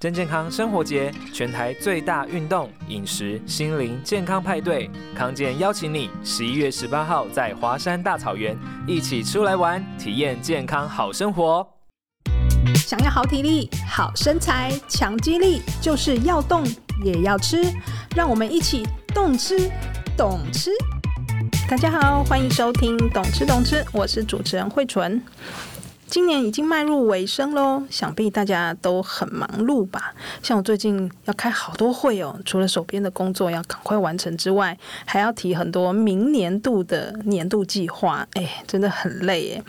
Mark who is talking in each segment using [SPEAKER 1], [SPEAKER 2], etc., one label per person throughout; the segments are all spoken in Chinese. [SPEAKER 1] 真健康生活节，全台最大运动、饮食、心灵健康派对，康健邀请你十一月十八号在华山大草原一起出来玩，体验健康好生活。
[SPEAKER 2] 想要好体力、好身材、强肌力，就是要动也要吃。让我们一起动吃，懂吃。大家好，欢迎收听《懂吃懂吃》，我是主持人慧纯。今年已经迈入尾声喽，想必大家都很忙碌吧？像我最近要开好多会哦，除了手边的工作要赶快完成之外，还要提很多明年度的年度计划，哎，真的很累哎。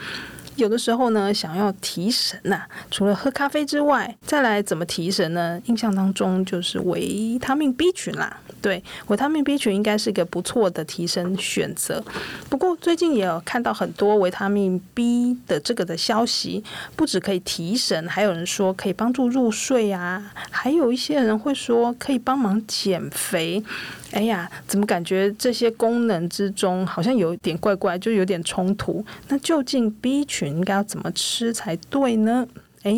[SPEAKER 2] 有的时候呢，想要提神呐、除了喝咖啡之外，再来怎么提神呢？印象当中就是维他命 B 群啦。对，维他命 B 群应该是一个不错的提神选择。不过最近也有看到很多维他命 B 的这个的消息，不止可以提神，还有人说可以帮助入睡啊，还有一些人会说可以帮忙减肥。哎呀，怎么感觉这些功能之中好像有一点怪怪，就有点冲突？那究竟 B 群应该要怎么吃才对呢？哎，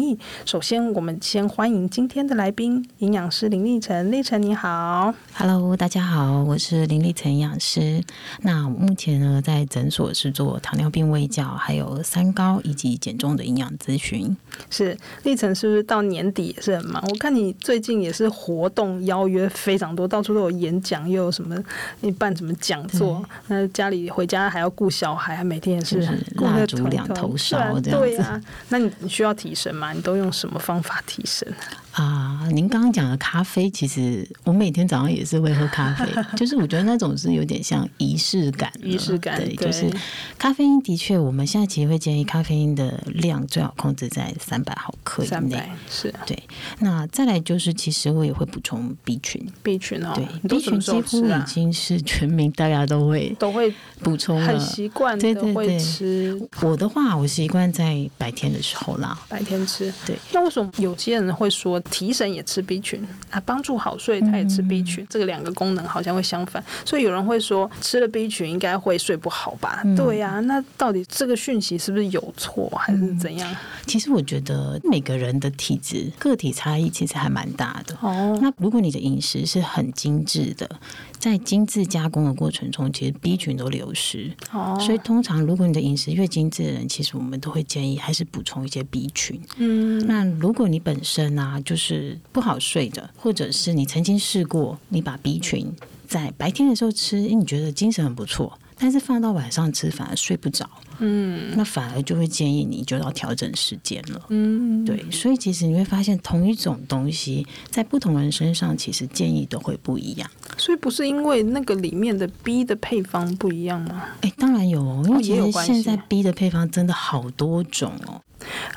[SPEAKER 2] 首先我们先欢迎今天的来宾，营养师林立晨，立晨你好。
[SPEAKER 3] Hello，大家好，我是林立成营养师。那目前呢，在诊所是做糖尿病卫教，还有三高以及减重的营养咨询。
[SPEAKER 2] 是历程是不是到年底也是很忙？我看你最近也是活动邀约非常多，到处都有演讲，又有什么你办什么讲座？那家里回家还要顾小孩，还每天也
[SPEAKER 3] 就是是
[SPEAKER 2] 顾得
[SPEAKER 3] 蜡烛
[SPEAKER 2] 团
[SPEAKER 3] 两
[SPEAKER 2] 团
[SPEAKER 3] 头
[SPEAKER 2] 对
[SPEAKER 3] 烧
[SPEAKER 2] 啊
[SPEAKER 3] 这样
[SPEAKER 2] 对
[SPEAKER 3] 子
[SPEAKER 2] 啊，那你你需要提神吗？你都用什么方法提神？
[SPEAKER 3] 啊、您刚刚讲的咖啡，其实我每天早上也是会喝咖 啡，就是我觉得那种是有点像仪式感了，
[SPEAKER 2] 仪式感
[SPEAKER 3] 对，
[SPEAKER 2] 对
[SPEAKER 3] 就是咖啡因的确，我们现在其实会建议咖啡因的量最好控制在三百毫克以
[SPEAKER 2] 三
[SPEAKER 3] 内。
[SPEAKER 2] 百是啊
[SPEAKER 3] 对，那再来就是，其实我也会补充 B 群，
[SPEAKER 2] B 群哦
[SPEAKER 3] 对
[SPEAKER 2] 你
[SPEAKER 3] ，B
[SPEAKER 2] 都什
[SPEAKER 3] 群
[SPEAKER 2] 么时
[SPEAKER 3] 几
[SPEAKER 2] 候
[SPEAKER 3] 乎
[SPEAKER 2] 吃
[SPEAKER 3] 已
[SPEAKER 2] 啊？
[SPEAKER 3] 经是全民大家都会
[SPEAKER 2] 都会
[SPEAKER 3] 补充
[SPEAKER 2] 很
[SPEAKER 3] 了。
[SPEAKER 2] 习惯
[SPEAKER 3] 对
[SPEAKER 2] 的
[SPEAKER 3] 对
[SPEAKER 2] 会
[SPEAKER 3] 对
[SPEAKER 2] 吃，
[SPEAKER 3] 我的话，我习惯在白天的时候啦。
[SPEAKER 2] 白天吃。
[SPEAKER 3] 对，
[SPEAKER 2] 那为什么有些人会说提神也吃 B 群啊，帮助好睡他也吃 B 群，
[SPEAKER 3] 嗯
[SPEAKER 2] 这个两个功能好像会相反，所以有人会说吃了 B 群应该会睡不好吧？
[SPEAKER 3] 嗯
[SPEAKER 2] 对呀、那到底这个讯息是不是有错还是怎样？
[SPEAKER 3] 其实我觉得每个人的体质、个体差异其实还蛮大的。
[SPEAKER 2] 哦，
[SPEAKER 3] 那如果你的饮食是很精致的，在精致加工的过程中，其实 B 群都流失。
[SPEAKER 2] 哦，
[SPEAKER 3] 所以通常如果你的饮食越精致的人，其实我们都会建议还是补充一些 B 群。
[SPEAKER 2] 嗯，
[SPEAKER 3] 那如果你本身啊就是不好睡的，或者是你曾经试过你把 B 群在白天的时候吃，诶你觉得精神很不错，但是放到晚上吃反而睡不着，嗯，那反而就会建议你就要调整时间了，嗯，对，所以其实你会发现同一种东西在不同人身上其实建议都会不一样，
[SPEAKER 2] 所以不是因为那个里面的 B 的配方不一样吗？
[SPEAKER 3] 哎，当然有哦，因
[SPEAKER 2] 哦
[SPEAKER 3] 为其
[SPEAKER 2] 也有
[SPEAKER 3] 实
[SPEAKER 2] 关系
[SPEAKER 3] 现在 B 的配方真的好多种哦，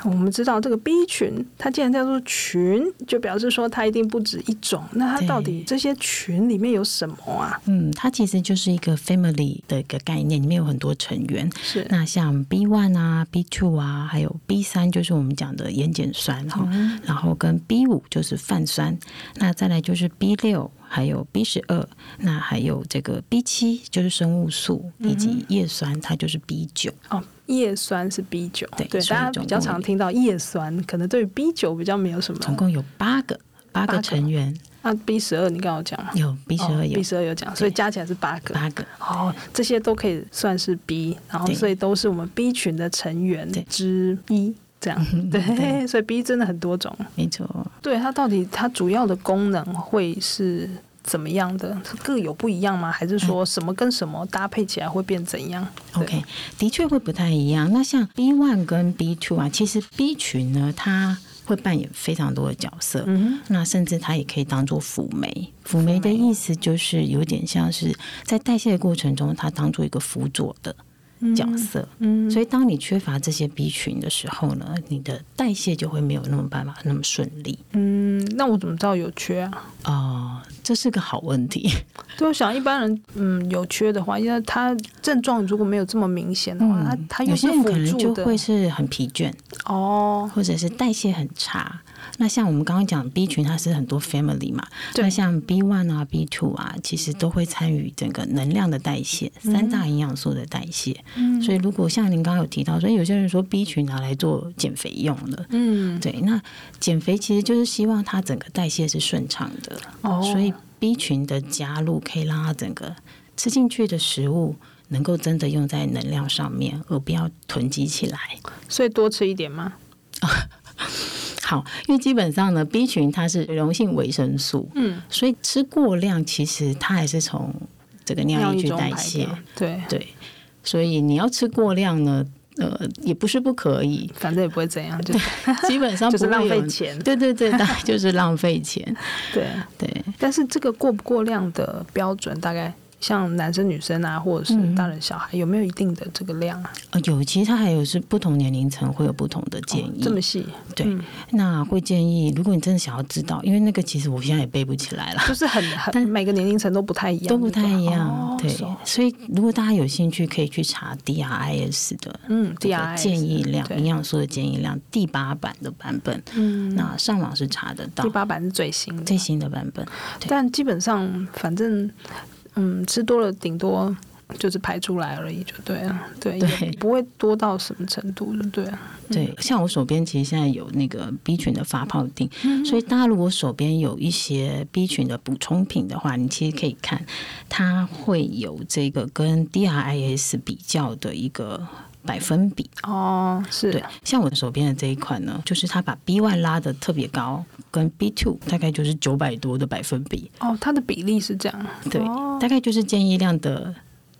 [SPEAKER 2] 我们知道这个 B 群，它既然叫做群，就表示说它一定不止一种。那它
[SPEAKER 3] 对
[SPEAKER 2] 到底这些群里面有什么啊？
[SPEAKER 3] 嗯，它其实就是一个 family 的一个概念，里面有很多成员，
[SPEAKER 2] 是
[SPEAKER 3] 那像 B one 啊、B two 啊，还有 B 三就是我们讲的盐碱酸哈，
[SPEAKER 2] 嗯
[SPEAKER 3] 然后跟 B 五就是泛酸，那再来就是 B 六，还有 B 十二，那还有这个 B 七就是生物素，以及叶酸它就是 B 九。
[SPEAKER 2] 嗯哦，叶酸是 B 九，
[SPEAKER 3] 对
[SPEAKER 2] 对，
[SPEAKER 3] 所以
[SPEAKER 2] 大家
[SPEAKER 3] 总共
[SPEAKER 2] 比较常听到叶酸，可能对 B 九比较没有什么。
[SPEAKER 3] 总共有八个，八
[SPEAKER 2] 八
[SPEAKER 3] 个
[SPEAKER 2] 个
[SPEAKER 3] 成员，
[SPEAKER 2] 啊，B 十二你刚刚有讲吗？啊哦
[SPEAKER 3] 有 B 十二有
[SPEAKER 2] ，B 十二有讲，所以加起来是八个。
[SPEAKER 3] 八个。
[SPEAKER 2] 哦，这些都可以算是 B，然后
[SPEAKER 3] 对
[SPEAKER 2] 所以都是我们 B 群的成员
[SPEAKER 3] 对嗯
[SPEAKER 2] 之一，这样。对，所以 B 真的很多种。
[SPEAKER 3] 没错，
[SPEAKER 2] 对它到底它主要的功能会是怎么样的？各有不一样吗？还是说什么跟什么搭配起来会变怎样
[SPEAKER 3] 嗯 OK，的确会不太一样。那像 B one 跟 B two 啊，其实 B 群呢，它会扮演非常多的角色。嗯，那甚至它也可以当做辅酶。辅酶的意思就是有点像是在代谢的过程中，它当做一个辅佐的角色。嗯，所以当你缺乏这些 B 群的时候呢，你的代谢就会没有那么办法那么顺利。
[SPEAKER 2] 嗯，那我怎么知道有缺啊？
[SPEAKER 3] 哦、这是个好问题。
[SPEAKER 2] 对，我想一般人，嗯，有缺的话，因为他症状如果没有这么明显的话，
[SPEAKER 3] 啊
[SPEAKER 2] 他他又
[SPEAKER 3] 嗯有
[SPEAKER 2] 是
[SPEAKER 3] 些人
[SPEAKER 2] 辅
[SPEAKER 3] 可能
[SPEAKER 2] 助
[SPEAKER 3] 就
[SPEAKER 2] 的
[SPEAKER 3] 会是很疲倦，
[SPEAKER 2] 哦，
[SPEAKER 3] 或者是代谢很差。那像我们刚刚讲 B 群，它是很多 family 嘛，
[SPEAKER 2] 对
[SPEAKER 3] 那像 B one 啊、B two 啊，其实都会参与整个能量的代谢，
[SPEAKER 2] 嗯
[SPEAKER 3] 三大营养素的代谢。所以如果像您刚刚有提到，所以有些人说 B 群拿来做减肥用的，
[SPEAKER 2] 嗯，
[SPEAKER 3] 对，那减肥其实就是希望它整个代谢是顺畅的，
[SPEAKER 2] 哦
[SPEAKER 3] 所以 B 群的加入可以让它整个吃进去的食物能够真的用在能量上面，而不要囤积起来。
[SPEAKER 2] 所以多吃一点嘛。
[SPEAKER 3] 好，因为基本上呢，B 群它是溶性维生素，
[SPEAKER 2] 嗯，
[SPEAKER 3] 所以吃过量其实它还是从这个尿
[SPEAKER 2] 尿
[SPEAKER 3] 液
[SPEAKER 2] 液
[SPEAKER 3] 去
[SPEAKER 2] 中
[SPEAKER 3] 代
[SPEAKER 2] 排
[SPEAKER 3] 谢
[SPEAKER 2] 掉，，对，
[SPEAKER 3] 对，所以你要吃过量呢，呃，也不是不可以，
[SPEAKER 2] 反正也不会怎样，就是
[SPEAKER 3] 基本上
[SPEAKER 2] 就是
[SPEAKER 3] 不会
[SPEAKER 2] 浪
[SPEAKER 3] 有
[SPEAKER 2] 费
[SPEAKER 3] 人
[SPEAKER 2] 钱
[SPEAKER 3] 对对对，当然就是浪费钱，
[SPEAKER 2] 对。
[SPEAKER 3] 对。
[SPEAKER 2] 但是这个过不过量的标准，大概像男生女生啊，或者
[SPEAKER 3] 嗯
[SPEAKER 2] 是大人小孩，有没有一定的这个量啊？
[SPEAKER 3] 呃，有，其实它还有是不同年龄层会有不同的建议。
[SPEAKER 2] 哦这么细，
[SPEAKER 3] 对，
[SPEAKER 2] 嗯
[SPEAKER 3] 那会建议，如果你真的想要知道，因为那个其实我现在也背不起来了，
[SPEAKER 2] 就是很很
[SPEAKER 3] 但
[SPEAKER 2] 每个年龄层都不太一样，
[SPEAKER 3] 都不
[SPEAKER 2] 对
[SPEAKER 3] 太
[SPEAKER 2] 对
[SPEAKER 3] 一样。
[SPEAKER 2] 哦
[SPEAKER 3] 对
[SPEAKER 2] 是哦，
[SPEAKER 3] 所以如果大家有兴趣，可以去查 DRIS 的
[SPEAKER 2] 嗯
[SPEAKER 3] 这个
[SPEAKER 2] ，DRIS
[SPEAKER 3] 建议量，
[SPEAKER 2] 对
[SPEAKER 3] 营养素的建议量第八版的版本，
[SPEAKER 2] 嗯，
[SPEAKER 3] 那上网是查得到
[SPEAKER 2] 第八版是嗯最新的，
[SPEAKER 3] 最新的版本。对
[SPEAKER 2] 但基本上反正嗯吃多了顶多。就是排出来而已，就对了，对，
[SPEAKER 3] 对
[SPEAKER 2] 也不会多到什么程度，就对了。
[SPEAKER 3] 对，像我手边其实现在有那个 B 群的发泡锭，
[SPEAKER 2] 嗯
[SPEAKER 3] 所以大家如果手边有一些 B 群的补充品的话，你其实可以看，它会有这个跟 DRIS 比较的一个。百分比
[SPEAKER 2] 哦，是
[SPEAKER 3] 对，像我手边的这一款呢，就是它把 B one 拉的特别高，跟 B two 大概就是九百多的百分比，
[SPEAKER 2] 哦，它的比例是这样。
[SPEAKER 3] 对，
[SPEAKER 2] 哦
[SPEAKER 3] 大概就是建议量的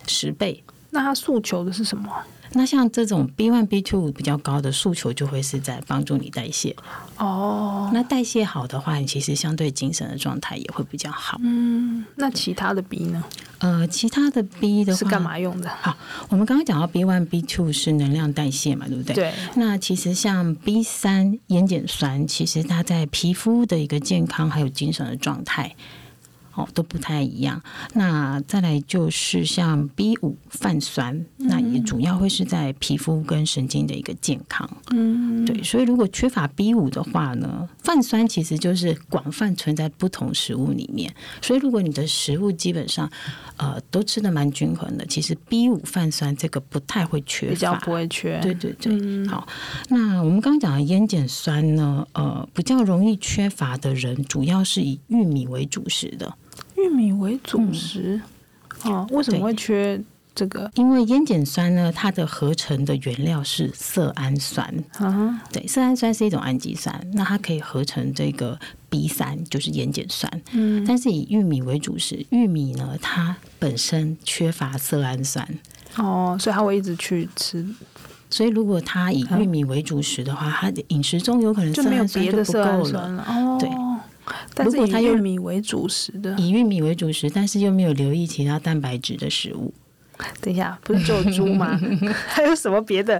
[SPEAKER 3] 十倍。
[SPEAKER 2] 那它诉求的是什么？
[SPEAKER 3] 那像这种 B one B two 比较高的诉求，就会是在帮助你代谢，
[SPEAKER 2] 哦，
[SPEAKER 3] 那代谢好的话，你其实相对精神的状态也会比较好。
[SPEAKER 2] 嗯，那其他的 B 呢
[SPEAKER 3] 呃，其他的 B 的话
[SPEAKER 2] 是干？嘛用的？
[SPEAKER 3] 好，我们刚刚讲到 B one、B two 是能量代谢嘛，对不对？。
[SPEAKER 2] 对，
[SPEAKER 3] 那其实像 B 三烟碱酸，其实它在皮肤的一个健康还有精神的状态，哦都不太一样。那再来就是像 B 五泛酸，那也主要会是在皮肤跟神经的一个健康。
[SPEAKER 2] 嗯，
[SPEAKER 3] 对，所以如果缺乏 B 五的话呢，泛酸其实就是广泛存在不同食物里面。所以如果你的食物基本上呃都吃的蛮均衡的，其实 B 五泛酸这个不太会缺乏。
[SPEAKER 2] 比较不会缺。
[SPEAKER 3] 对对对，
[SPEAKER 2] 嗯
[SPEAKER 3] 好。那我们刚刚讲的烟碱酸呢，呃，比较容易缺乏的人，主要是以玉米为主食的，
[SPEAKER 2] 玉米为主食，哦，为什么
[SPEAKER 3] 嗯对
[SPEAKER 2] 会缺这个？
[SPEAKER 3] 因为烟碱酸呢，它的合成的原料是色氨酸。
[SPEAKER 2] 啊，
[SPEAKER 3] 对，色氨酸是一种氨基酸，那它可以合成这个 B 三，就是烟碱酸。
[SPEAKER 2] 嗯，
[SPEAKER 3] 但是以玉米为主食，玉米呢它本身缺乏色氨酸，
[SPEAKER 2] 哦，所以他会一直去吃，
[SPEAKER 3] 所以如果它以玉米为主食的话，它的饮食中有可能
[SPEAKER 2] 就
[SPEAKER 3] 色
[SPEAKER 2] 没有
[SPEAKER 3] 氨酸
[SPEAKER 2] 别
[SPEAKER 3] 就
[SPEAKER 2] 的
[SPEAKER 3] 不
[SPEAKER 2] 色氨
[SPEAKER 3] 够
[SPEAKER 2] 酸
[SPEAKER 3] 了。
[SPEAKER 2] 了。哦，
[SPEAKER 3] 对。
[SPEAKER 2] 但
[SPEAKER 3] 如
[SPEAKER 2] 是
[SPEAKER 3] 果
[SPEAKER 2] 以
[SPEAKER 3] 它
[SPEAKER 2] 玉
[SPEAKER 3] 又
[SPEAKER 2] 米为主食的，
[SPEAKER 3] 以玉米为主食，但是又没有留意其他蛋白质的食物，
[SPEAKER 2] 等一下，不是只有猪 吗？还有什么别的？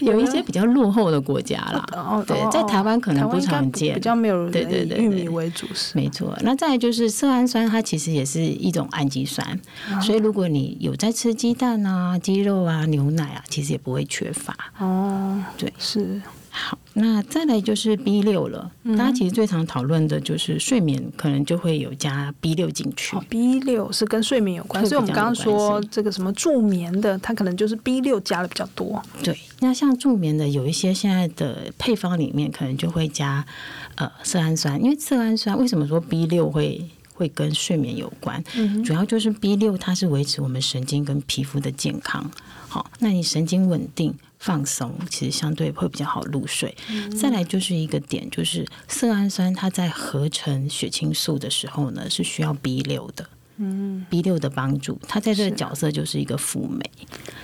[SPEAKER 3] 有一些比较落后的国家啦，
[SPEAKER 2] 哦，
[SPEAKER 3] 对
[SPEAKER 2] 哦
[SPEAKER 3] 在台湾可能
[SPEAKER 2] 台湾
[SPEAKER 3] 不
[SPEAKER 2] 应该
[SPEAKER 3] 常见
[SPEAKER 2] 比较没有人
[SPEAKER 3] 对对对
[SPEAKER 2] 以玉
[SPEAKER 3] 对
[SPEAKER 2] 米为主食。
[SPEAKER 3] 没错，那再来就是色氨酸，它其实也是一种氨基酸，
[SPEAKER 2] 嗯
[SPEAKER 3] 所以如果你有在吃鸡蛋啊、鸡肉啊、牛奶啊，其实也不会缺乏。
[SPEAKER 2] 哦，
[SPEAKER 3] 对
[SPEAKER 2] 是
[SPEAKER 3] 好，那再来就是 B 六了，
[SPEAKER 2] 嗯
[SPEAKER 3] 大家其实最常讨论的就是睡眠，可能就会有加 B 六进去。
[SPEAKER 2] 哦，B 六是跟睡眠有关，
[SPEAKER 3] 会
[SPEAKER 2] 所以我
[SPEAKER 3] 比
[SPEAKER 2] 们
[SPEAKER 3] 较
[SPEAKER 2] 刚刚
[SPEAKER 3] 有关
[SPEAKER 2] 说
[SPEAKER 3] 系
[SPEAKER 2] 这个什么助眠的，它可能就是 B 六加的比较多。
[SPEAKER 3] 对，那像助眠的有一些现在的配方里面，可能就会加呃色氨酸，因为色氨酸为什么说 B 六会会跟睡眠有关？主要就是 B 六它是维持我们神经跟皮肤的健康。好，那你神经稳定。放松其实相对会比较好入睡。再来就是一个点，就是色氨酸它在合成血清素的时候呢，是需要 B 六的。嗯，B 六的帮助，它在这个角色就是一个辅酶，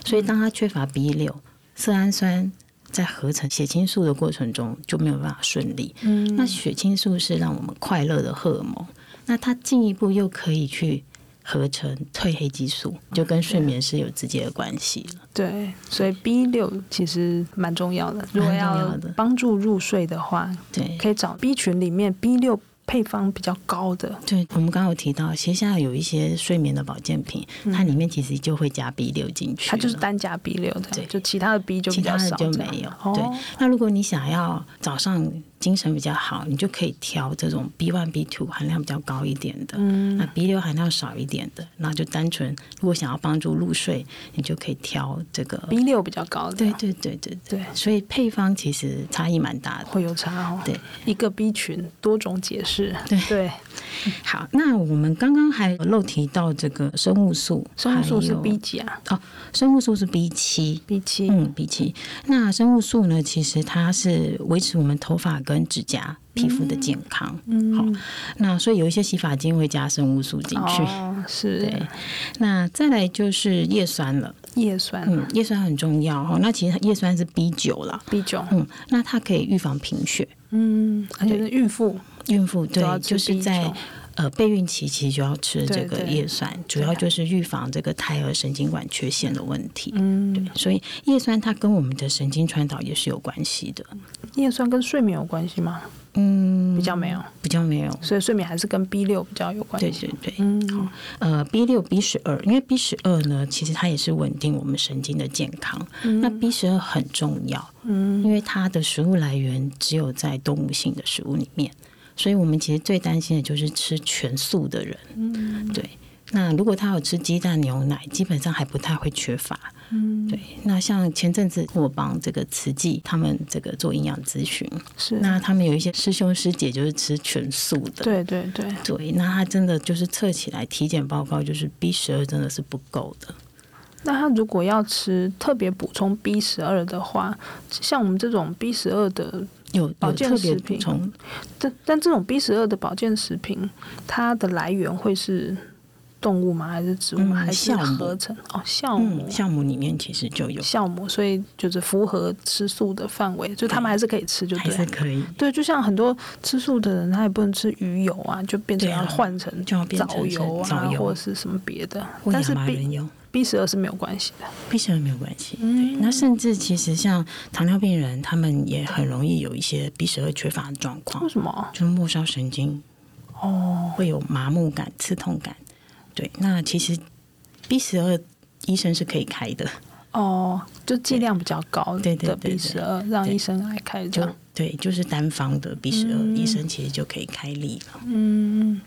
[SPEAKER 3] 所以当它缺乏 B 六，色氨酸在合成血清素的过程中就没有办法顺利。嗯，那血清素是让我们快乐的荷尔蒙，那它进一步又可以去合成褪黑激素，就跟睡眠是有直接的关系了。
[SPEAKER 2] 对，所以 B 六其实蛮重要的。如果
[SPEAKER 3] 蛮重
[SPEAKER 2] 要
[SPEAKER 3] 要的
[SPEAKER 2] 帮助入睡的话，
[SPEAKER 3] 对，
[SPEAKER 2] 可以找 B 群里面 B 六配方比较高的。
[SPEAKER 3] 对，我们刚刚有提到，其实现在有一些睡眠的保健品，它里面其实就会加 B 六进
[SPEAKER 2] 嗯
[SPEAKER 3] 去了，
[SPEAKER 2] 它就是单加 B 六的，
[SPEAKER 3] 对
[SPEAKER 2] 就其他的 B 就
[SPEAKER 3] 其
[SPEAKER 2] 比较
[SPEAKER 3] 他的
[SPEAKER 2] 少，
[SPEAKER 3] 就
[SPEAKER 2] 这样
[SPEAKER 3] 没有。
[SPEAKER 2] 哦
[SPEAKER 3] 对，那如果你想要早上精神比较好，你就可以挑这种 B one、B two 含量比较高一点的，
[SPEAKER 2] 嗯
[SPEAKER 3] 那 B 六含量少一点的，然后就单纯如果想要帮助入睡，你就可以挑这个。
[SPEAKER 2] B 六比较高的，
[SPEAKER 3] 对对对对
[SPEAKER 2] 对，
[SPEAKER 3] 所以配方其实差异蛮大的。
[SPEAKER 2] 会有差哦。
[SPEAKER 3] 对，
[SPEAKER 2] 一个 B 群多种解释，
[SPEAKER 3] 对
[SPEAKER 2] 对，
[SPEAKER 3] 好，那我们刚刚还漏提到这个生物素，
[SPEAKER 2] 生物素是
[SPEAKER 3] 还有
[SPEAKER 2] B 几啊
[SPEAKER 3] 哦，生物素是 B 七。
[SPEAKER 2] ？B 七，
[SPEAKER 3] 嗯，B 七。那生物素呢？其实它是维持我们头发跟指甲、皮肤的健康。嗯，好。那所以有一些洗发精会加生物素进去。
[SPEAKER 2] 哦，是
[SPEAKER 3] 对，那再来就是叶酸了。
[SPEAKER 2] 叶酸
[SPEAKER 3] 嗯，叶酸很重要哈。那其实叶酸是 B 九啦。
[SPEAKER 2] B 九，
[SPEAKER 3] 嗯，那它可以预防贫血。
[SPEAKER 2] 嗯，而且是孕妇
[SPEAKER 3] 孕妇
[SPEAKER 2] 都要
[SPEAKER 3] 对，
[SPEAKER 2] 吃
[SPEAKER 3] 就是在
[SPEAKER 2] B9
[SPEAKER 3] 呃备孕期其实就要吃
[SPEAKER 2] 对
[SPEAKER 3] 这个
[SPEAKER 2] 对
[SPEAKER 3] 叶酸，主
[SPEAKER 2] 对
[SPEAKER 3] 要
[SPEAKER 2] 啊
[SPEAKER 3] 就是预防这个胎儿神经管缺陷的问题。
[SPEAKER 2] 嗯，
[SPEAKER 3] 对，所以叶酸它跟我们的神经传导也是有关系的。
[SPEAKER 2] 叶酸跟睡眠有关系吗？
[SPEAKER 3] 嗯，
[SPEAKER 2] 比较没有，
[SPEAKER 3] 比较没有。
[SPEAKER 2] 所以睡眠还是跟 B 六比较有关
[SPEAKER 3] 对
[SPEAKER 2] 系。
[SPEAKER 3] 对对，
[SPEAKER 2] 嗯，
[SPEAKER 3] 呃，B 六、B 十二，因为 B 十二呢，其实它也是稳定我们神经的健康。
[SPEAKER 2] 嗯
[SPEAKER 3] 那 B 十二很重要，嗯，因为它的食物来源只有在动物性的食物里面，所以我们其实最担心的就是吃全素的人，嗯，对。那如果他有吃鸡蛋、牛奶，基本上还不太会缺乏。嗯，对。那像前阵子我帮这个慈济他们这个做营养咨询，
[SPEAKER 2] 是，
[SPEAKER 3] 那他们有一些师兄师姐就是吃全素的，
[SPEAKER 2] 对对对，
[SPEAKER 3] 对，那它真的就是测起来体检报告就是 B 十二真的是不够的。
[SPEAKER 2] 那他如果要吃特别补充 B 十二的话，像我们这种 B 十二的，
[SPEAKER 3] 有
[SPEAKER 2] 保
[SPEAKER 3] 有
[SPEAKER 2] 健
[SPEAKER 3] 特别
[SPEAKER 2] 食
[SPEAKER 3] 补
[SPEAKER 2] 品哦
[SPEAKER 3] 充，
[SPEAKER 2] 但但这种 B 十二的保健食品，它的来源会是动物吗？还是植物吗？
[SPEAKER 3] 嗯
[SPEAKER 2] 还是
[SPEAKER 3] 酵母
[SPEAKER 2] 合成？哦，酵母
[SPEAKER 3] 嗯，。项目里面其实就有，
[SPEAKER 2] 酵母，所以就是符合吃素的范围，就他们还是可以吃，就
[SPEAKER 3] 还
[SPEAKER 2] 对
[SPEAKER 3] 是
[SPEAKER 2] 了。
[SPEAKER 3] 可以，
[SPEAKER 2] 对，就像很多吃素的人，他也不能吃鱼油啊，就变成
[SPEAKER 3] 对啊
[SPEAKER 2] 要换成
[SPEAKER 3] 就要变
[SPEAKER 2] 藻
[SPEAKER 3] 成是
[SPEAKER 2] 油啊，
[SPEAKER 3] 藻油
[SPEAKER 2] 或者是什么别的。
[SPEAKER 3] 或
[SPEAKER 2] 但
[SPEAKER 3] 亚
[SPEAKER 2] 是
[SPEAKER 3] 麻
[SPEAKER 2] B
[SPEAKER 3] 仁油
[SPEAKER 2] B 十二是没有关系的。
[SPEAKER 3] ，B 十二没有关系。
[SPEAKER 2] 嗯
[SPEAKER 3] 对，那甚至其实像糖尿病人，他们也很容易有一些 B 十二缺乏的状况
[SPEAKER 2] 为，什么？
[SPEAKER 3] 就是末梢神经哦会有麻木感、刺痛感。对，那其实 B 十二医生是可以开的，
[SPEAKER 2] 哦，就剂量比较高
[SPEAKER 3] 对对
[SPEAKER 2] 的
[SPEAKER 3] 对
[SPEAKER 2] B
[SPEAKER 3] 对
[SPEAKER 2] 十二，让医生来开这
[SPEAKER 3] 就
[SPEAKER 2] 样。
[SPEAKER 3] 对，就是单方的 B 十二，
[SPEAKER 2] 嗯
[SPEAKER 3] 医生其实就可以开立了。
[SPEAKER 2] 哎，嗯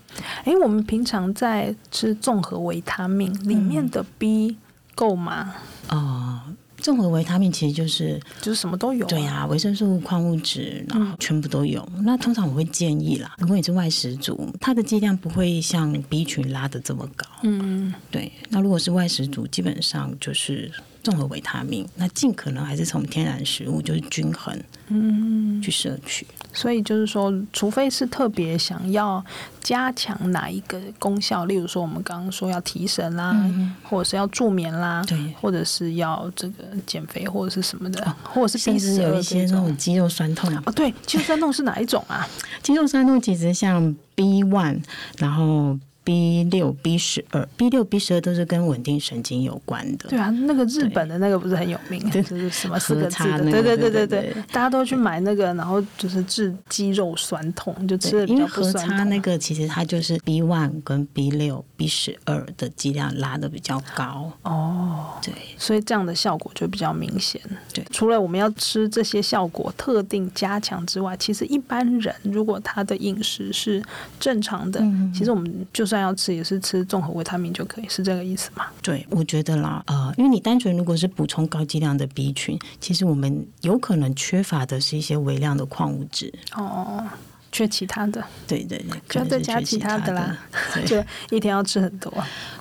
[SPEAKER 2] 我们平常在吃综合维他命里面
[SPEAKER 3] 嗯
[SPEAKER 2] 的 B 够吗？
[SPEAKER 3] 哦，综合维他命其实就是
[SPEAKER 2] 就是什么都有。啊
[SPEAKER 3] 对，呀、维生素、矿物质，然
[SPEAKER 2] 嗯
[SPEAKER 3] 后全部都有。那通常我会建议啦，如果你是外食族，它的剂量不会像 B 群拉的这么高。
[SPEAKER 2] 嗯，
[SPEAKER 3] 对，那如果是外食族，基本上就是综合维他命，那尽可能还是从天然食物，就是均衡，嗯，去摄取。
[SPEAKER 2] 所以就是说，除非是特别想要加强哪一个功效，例如说我们刚刚说要提神啦，或者是要助眠啦，
[SPEAKER 3] 嗯对。哦
[SPEAKER 2] 或者是要这个减肥或者是什么的，或者是
[SPEAKER 3] 甚
[SPEAKER 2] B
[SPEAKER 3] 至
[SPEAKER 2] 十
[SPEAKER 3] 有
[SPEAKER 2] 二
[SPEAKER 3] 一些
[SPEAKER 2] 这
[SPEAKER 3] 那
[SPEAKER 2] 种
[SPEAKER 3] 种。肌肉酸痛，
[SPEAKER 2] 哦，对，肌肉酸痛是哪一种啊？
[SPEAKER 3] 肌肉酸痛其实像 B one，然后 B 六、B 十二、B 六、B 十二都是跟稳定神经有关的。
[SPEAKER 2] 对啊，那个日本的那个不是很有 名，就是什么四个字
[SPEAKER 3] 和
[SPEAKER 2] 的，
[SPEAKER 3] 叉那
[SPEAKER 2] 对
[SPEAKER 3] 个
[SPEAKER 2] 对
[SPEAKER 3] 对
[SPEAKER 2] 对
[SPEAKER 3] 对
[SPEAKER 2] 对
[SPEAKER 3] 对，
[SPEAKER 2] 大家都去买那个，然后就是治肌肉酸痛，就吃
[SPEAKER 3] 对，
[SPEAKER 2] 的比
[SPEAKER 3] 因为
[SPEAKER 2] 较不
[SPEAKER 3] 核
[SPEAKER 2] 酸
[SPEAKER 3] 差那
[SPEAKER 2] 痛。啊
[SPEAKER 3] 个其实它就是 B one 跟 B 六、B 十二的剂量拉的比较高。
[SPEAKER 2] 哦，
[SPEAKER 3] 对，
[SPEAKER 2] 所以这样的效果就比较明显。
[SPEAKER 3] 对
[SPEAKER 2] 除了我们要吃这些效果特定加强之外，其实一般人如果他的饮食是正常的，
[SPEAKER 3] 嗯
[SPEAKER 2] 其实我们就算要吃，也是吃综合维他命就可以，是这个意思吗？
[SPEAKER 3] 对，我觉得啦，呃，因为你单纯如果是补充高剂量的 B 群，其实我们有可能缺乏的是一些微量的矿物质。
[SPEAKER 2] 哦，缺其他的，
[SPEAKER 3] 对对对，
[SPEAKER 2] 就
[SPEAKER 3] 可
[SPEAKER 2] 要
[SPEAKER 3] 能
[SPEAKER 2] 再
[SPEAKER 3] 是
[SPEAKER 2] 加
[SPEAKER 3] 缺
[SPEAKER 2] 其他
[SPEAKER 3] 他
[SPEAKER 2] 的啦，
[SPEAKER 3] 对，
[SPEAKER 2] 就一天要吃很多。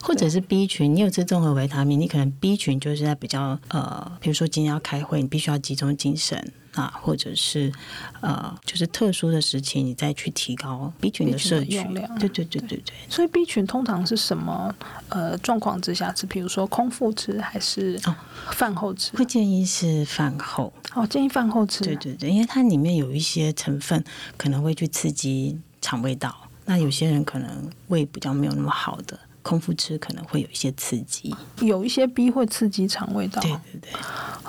[SPEAKER 3] 或者是 B 群，你有吃综合维他命，你可能 B 群就是在比较呃，比如说今天要开会，你必须要集中精神啊，或者是呃，就是特殊的时期，你再去提高 B 群
[SPEAKER 2] B
[SPEAKER 3] 的
[SPEAKER 2] 群
[SPEAKER 3] 摄
[SPEAKER 2] 的
[SPEAKER 3] 取
[SPEAKER 2] 用量。
[SPEAKER 3] 对对对对对。
[SPEAKER 2] 所以 B 群通常是什么呃状况之下吃？比如说空腹吃还是
[SPEAKER 3] 哦
[SPEAKER 2] 饭后吃？
[SPEAKER 3] 会建议是饭后，
[SPEAKER 2] 哦，建议饭后吃。
[SPEAKER 3] 对对对，因为它里面有一些成分可能会去刺激肠胃道，那有些人可能胃比较没有那么好的，空腹吃可能会有一些刺激。
[SPEAKER 2] 有一些 B 会刺激肠胃道。
[SPEAKER 3] 对对对，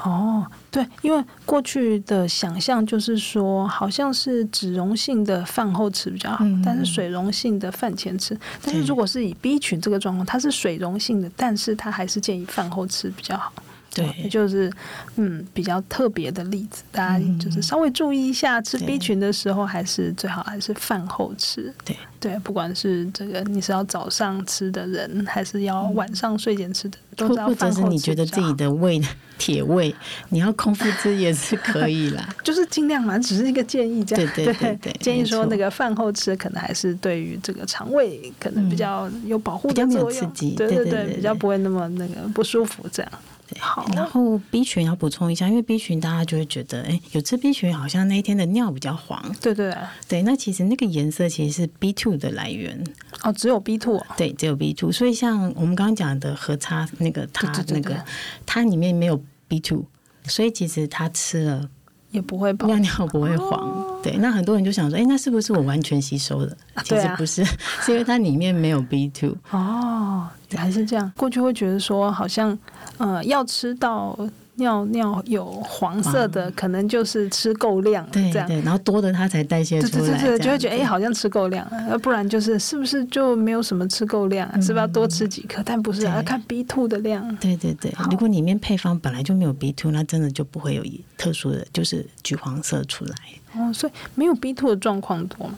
[SPEAKER 2] 哦，对，因为过去的想象就是说，好像是脂溶性的饭后吃比较好，
[SPEAKER 3] 嗯嗯
[SPEAKER 2] 但是水溶性的饭前吃。但是
[SPEAKER 3] 对
[SPEAKER 2] 如果是以 B 群这个状况，它是水溶性的，但是它还是建议饭后吃比较好。
[SPEAKER 3] 对
[SPEAKER 2] 也哦就是嗯比较特别的例子，大家就是稍微注意一下，吃
[SPEAKER 3] 嗯对
[SPEAKER 2] B 群的时候还是最好还是饭后吃。
[SPEAKER 3] 对
[SPEAKER 2] 对，不管是这个你是要早上吃的人，还是要晚上睡前吃的人，都
[SPEAKER 3] 或
[SPEAKER 2] 是要
[SPEAKER 3] 嗯或者
[SPEAKER 2] 饭
[SPEAKER 3] 是
[SPEAKER 2] 后
[SPEAKER 3] 你
[SPEAKER 2] 吃
[SPEAKER 3] 觉得
[SPEAKER 2] 比较
[SPEAKER 3] 自己
[SPEAKER 2] 好。
[SPEAKER 3] 的 胃铁胃，你要空腹吃也是可以啦
[SPEAKER 2] 就是尽量嘛，只是一个建议，这样
[SPEAKER 3] 对对对对
[SPEAKER 2] 建议
[SPEAKER 3] 没
[SPEAKER 2] 说
[SPEAKER 3] 错
[SPEAKER 2] 那个饭后吃可能还是对于这个肠胃可能比较有保护
[SPEAKER 3] 嗯比较
[SPEAKER 2] 的
[SPEAKER 3] 没有
[SPEAKER 2] 作用，
[SPEAKER 3] 刺激
[SPEAKER 2] 对
[SPEAKER 3] 对对
[SPEAKER 2] 对，
[SPEAKER 3] 对
[SPEAKER 2] 比较
[SPEAKER 3] 对
[SPEAKER 2] 不会那么那个不舒服这样。 好，啊
[SPEAKER 3] 然后 B 群要补充一下，因为 B 群大家就会觉得，哎，有吃 B 群好像那一天的尿比较黄。
[SPEAKER 2] 对对啊
[SPEAKER 3] 对，那其实那个颜色其实是 B two 的来源。
[SPEAKER 2] 哦，只有 B two 哦，
[SPEAKER 3] 对，只有 B two，所以像我们刚刚讲的核差那个它
[SPEAKER 2] 对对对
[SPEAKER 3] 那
[SPEAKER 2] 对
[SPEAKER 3] 个它里面没有 B two，所以其实它吃了
[SPEAKER 2] 也不会吧？
[SPEAKER 3] 尿尿不会黄。对，那很多人就想说，哎，那是不是我完全吸收了？其
[SPEAKER 2] 对
[SPEAKER 3] 实
[SPEAKER 2] 哦啊
[SPEAKER 3] 不是， 是因为它里面没有 B two。
[SPEAKER 2] 哦，还是这样。过去会觉得说，好像呃，要吃到尿尿有黄色的，可能就是吃够量了
[SPEAKER 3] 对
[SPEAKER 2] 这样。
[SPEAKER 3] 对，然后多的它才代谢
[SPEAKER 2] 对
[SPEAKER 3] 出
[SPEAKER 2] 对
[SPEAKER 3] 来，
[SPEAKER 2] 对对，就会觉得哎、
[SPEAKER 3] 这样子
[SPEAKER 2] 好像吃够量了，呃要不然就是是不是就没有什么吃够量、啊，是不是要多吃几颗？但不是、啊，
[SPEAKER 3] 嗯对
[SPEAKER 2] 要看 B two 的量。
[SPEAKER 3] 对对对，如果里面配方本来就没有 B two，那真的就不会有特殊的，就是橘黄色出来，
[SPEAKER 2] 哦，所以没有 B two 的状况多嘛？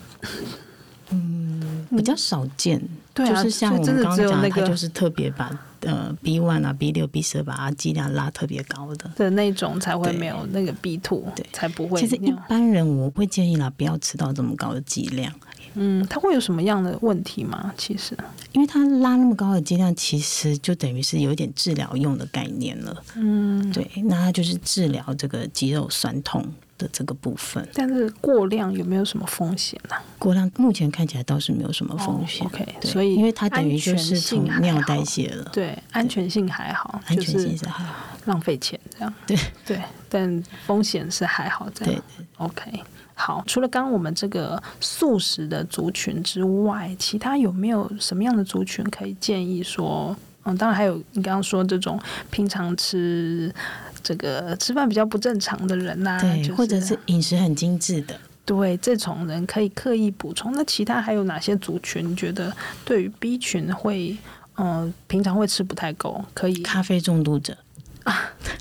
[SPEAKER 3] 比较少见。
[SPEAKER 2] 嗯对啊
[SPEAKER 3] 就是像
[SPEAKER 2] 所以真
[SPEAKER 3] 我
[SPEAKER 2] 的
[SPEAKER 3] 们刚刚
[SPEAKER 2] 只有
[SPEAKER 3] 讲
[SPEAKER 2] 那
[SPEAKER 3] 的，
[SPEAKER 2] 个
[SPEAKER 3] 它就是特别把呃 B one 啊、B 六、B 十把它剂量拉特别高的。
[SPEAKER 2] 的那种才会
[SPEAKER 3] 对
[SPEAKER 2] 没有那个 B two，
[SPEAKER 3] 对
[SPEAKER 2] 才不会
[SPEAKER 3] 其实一
[SPEAKER 2] 尿。
[SPEAKER 3] 般人我会建议啦，不要吃到这么高的剂量，
[SPEAKER 2] 嗯，它会有什么样的问题吗？其实，
[SPEAKER 3] 因为它拉那么高的剂量，其实就等于是有一点治疗用的概念了。
[SPEAKER 2] 嗯，
[SPEAKER 3] 对，那它就是治疗这个肌肉酸痛的这个部分。
[SPEAKER 2] 但是过量有没有什么风险啊呢、
[SPEAKER 3] 过量目前看起来倒是没有什么风险。
[SPEAKER 2] 哦，OK，
[SPEAKER 3] 对
[SPEAKER 2] 所以
[SPEAKER 3] 因为它等于就
[SPEAKER 2] 安全
[SPEAKER 3] 是
[SPEAKER 2] 性
[SPEAKER 3] 从
[SPEAKER 2] 还
[SPEAKER 3] 尿
[SPEAKER 2] 好
[SPEAKER 3] 代谢了，
[SPEAKER 2] 对，安全性还好，
[SPEAKER 3] 安
[SPEAKER 2] 就
[SPEAKER 3] 全性
[SPEAKER 2] 是
[SPEAKER 3] 是还好。
[SPEAKER 2] 浪费钱这样。
[SPEAKER 3] 对
[SPEAKER 2] 对，但风险是还好这样。
[SPEAKER 3] 对对
[SPEAKER 2] OK，好，除了刚刚我们这个素食的族群之外，其他有没有什么样的族群可以建议说？嗯，当然还有你刚刚说这种平常吃这个吃饭比较不正常的人呐、啊
[SPEAKER 3] 对，
[SPEAKER 2] 就
[SPEAKER 3] 或者是饮食很精致的。
[SPEAKER 2] 对这种人可以刻意补充。那其他还有哪些族群觉得对于 B 群会？嗯，平常会吃不太够，可以
[SPEAKER 3] 咖啡中毒者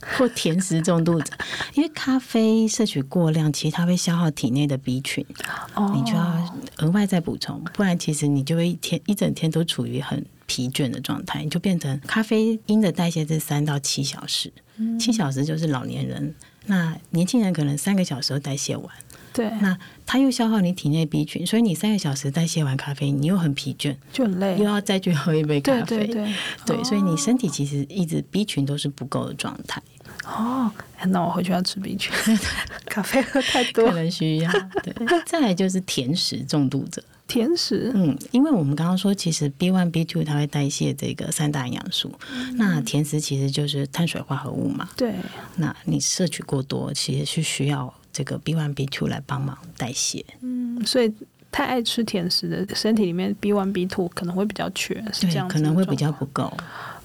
[SPEAKER 3] 或甜食中毒者，因为咖啡摄取过量，其实它会消耗体内的 B 群，
[SPEAKER 2] 哦
[SPEAKER 3] 你就要额外再补充，不然其实你就会一天一整天都处于很疲倦的状态，你就变成咖啡因的代谢是三到七小时，七小时就是老年人，那年轻人可能三个小时都代谢完，
[SPEAKER 2] 对，
[SPEAKER 3] 那它又消耗你体内 B 群，所以你三个小时代谢完咖啡因，你又很疲倦，
[SPEAKER 2] 就很累
[SPEAKER 3] 又。要再去喝一杯咖
[SPEAKER 2] 对
[SPEAKER 3] 啡，
[SPEAKER 2] 对哦对，
[SPEAKER 3] 对，所以你身体其实一直 B 群都是不够的状态，
[SPEAKER 2] 哦，那我回去要吃 B 群， 咖啡喝太
[SPEAKER 3] 可
[SPEAKER 2] 多，
[SPEAKER 3] 能需要。对，再来就是甜食中毒者，
[SPEAKER 2] 甜食。
[SPEAKER 3] 嗯，因为我们刚刚说，其实 B one B two 它会代谢这个三大营养素，
[SPEAKER 2] 嗯
[SPEAKER 3] 那甜食其实就是碳水化合物嘛，
[SPEAKER 2] 对，
[SPEAKER 3] 那你摄取过多，其实是需要这个 B one B two 来帮忙代谢。
[SPEAKER 2] 嗯，所以太爱吃甜食的，身体里面 B one B two 可能会比较缺，是
[SPEAKER 3] 对
[SPEAKER 2] 这样，子
[SPEAKER 3] 可能会
[SPEAKER 2] 的
[SPEAKER 3] 比
[SPEAKER 2] 状
[SPEAKER 3] 较不够。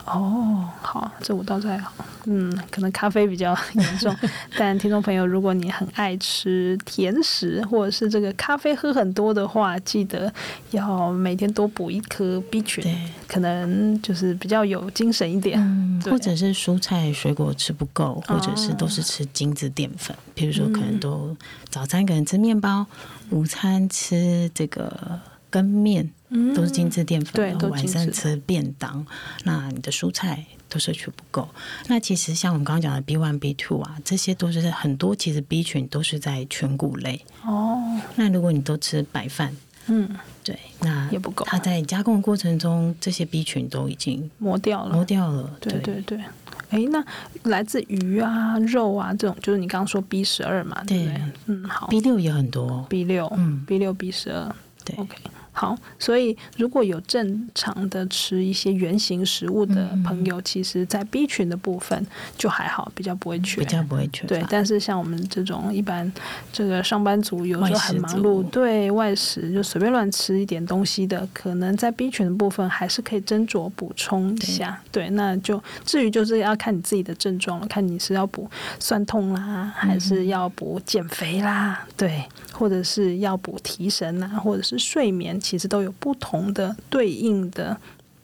[SPEAKER 2] 哦，好，这我倒是还好。嗯，可能咖啡比较严 重，但听众朋友，如果你很爱吃甜食或者是这个咖啡喝很多的话，记得要每天多补一颗 B 群，
[SPEAKER 3] 对，
[SPEAKER 2] 可能就是比较有精神一点。
[SPEAKER 3] 嗯，
[SPEAKER 2] 对哦
[SPEAKER 3] 或者是蔬菜水果吃不够，或者是都是吃精致淀粉，比如说可
[SPEAKER 2] 嗯
[SPEAKER 3] 能都早餐可能吃面包，午餐吃这个羹面，
[SPEAKER 2] 嗯
[SPEAKER 3] 都是精致淀粉，
[SPEAKER 2] 对
[SPEAKER 3] 然
[SPEAKER 2] 都
[SPEAKER 3] 后晚
[SPEAKER 2] 精致
[SPEAKER 3] 上
[SPEAKER 2] 的
[SPEAKER 3] 吃便当，那你的蔬菜都摄取不够。那其实像我们刚刚讲的 B one B two 啊，这些都是很多其实 B 群都是在全谷类。
[SPEAKER 2] 哦，
[SPEAKER 3] 那如果你都吃白饭，
[SPEAKER 2] 嗯，
[SPEAKER 3] 对，那
[SPEAKER 2] 也不够啊
[SPEAKER 3] 它在加工的过程中，这些 B 群都已经
[SPEAKER 2] 磨掉了，
[SPEAKER 3] 磨掉了。
[SPEAKER 2] 对对对。诶，那来自鱼啊、肉啊这种，就是你刚刚说 B 十二嘛，对不对
[SPEAKER 3] 对？
[SPEAKER 2] 嗯，好
[SPEAKER 3] B 六也很多，
[SPEAKER 2] B 六，
[SPEAKER 3] 嗯
[SPEAKER 2] ，B 六 B 十二
[SPEAKER 3] 对。
[SPEAKER 2] ，OK。好，所以如果有正常的吃一些原型食物的朋友，其实在 B 群的部分就还好，比较不会缺。
[SPEAKER 3] 比较不会缺乏。
[SPEAKER 2] 对，但是像我们这种一般这个上班族，有时候
[SPEAKER 3] 外食
[SPEAKER 2] 很忙
[SPEAKER 3] 族
[SPEAKER 2] 碌，对外食就随便乱吃一点东西的，可能在 B 群的部分还是可以斟酌补充一下。对，那就至于就是要看你自己的症状了，看你是要补酸痛啦，还是要补减肥啦，对，或者是要补提啊神啦，或者是睡眠，其实都有不同的对应的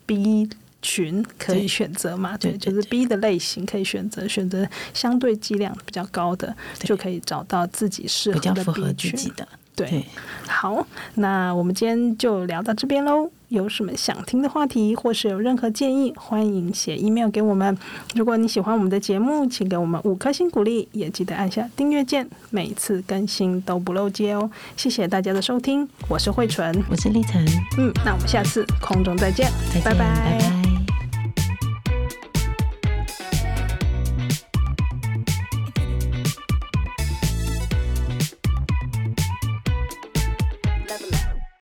[SPEAKER 2] B 群可以选择嘛，对，
[SPEAKER 3] 对对
[SPEAKER 2] 就是 B 的类型可以选择，选择相对剂量比较高的，
[SPEAKER 3] 对
[SPEAKER 2] 就可以找到自己适
[SPEAKER 3] 比
[SPEAKER 2] 合
[SPEAKER 3] 较
[SPEAKER 2] 的
[SPEAKER 3] 符合
[SPEAKER 2] B
[SPEAKER 3] 自己
[SPEAKER 2] 群。
[SPEAKER 3] 的。
[SPEAKER 2] 对
[SPEAKER 3] 对，
[SPEAKER 2] 好，那我们今天就聊到这边喽。有什么想听的话题，或是有任何建议，欢迎写 email 给我们。如果你喜欢我们的节目，请给我们五颗星鼓励，也记得按下订阅键，每次更新都不漏接哦。谢谢大家的收听，我是慧纯，
[SPEAKER 3] 我是丽晨，
[SPEAKER 2] 嗯，那我们下次空中再见，
[SPEAKER 3] 再见，拜拜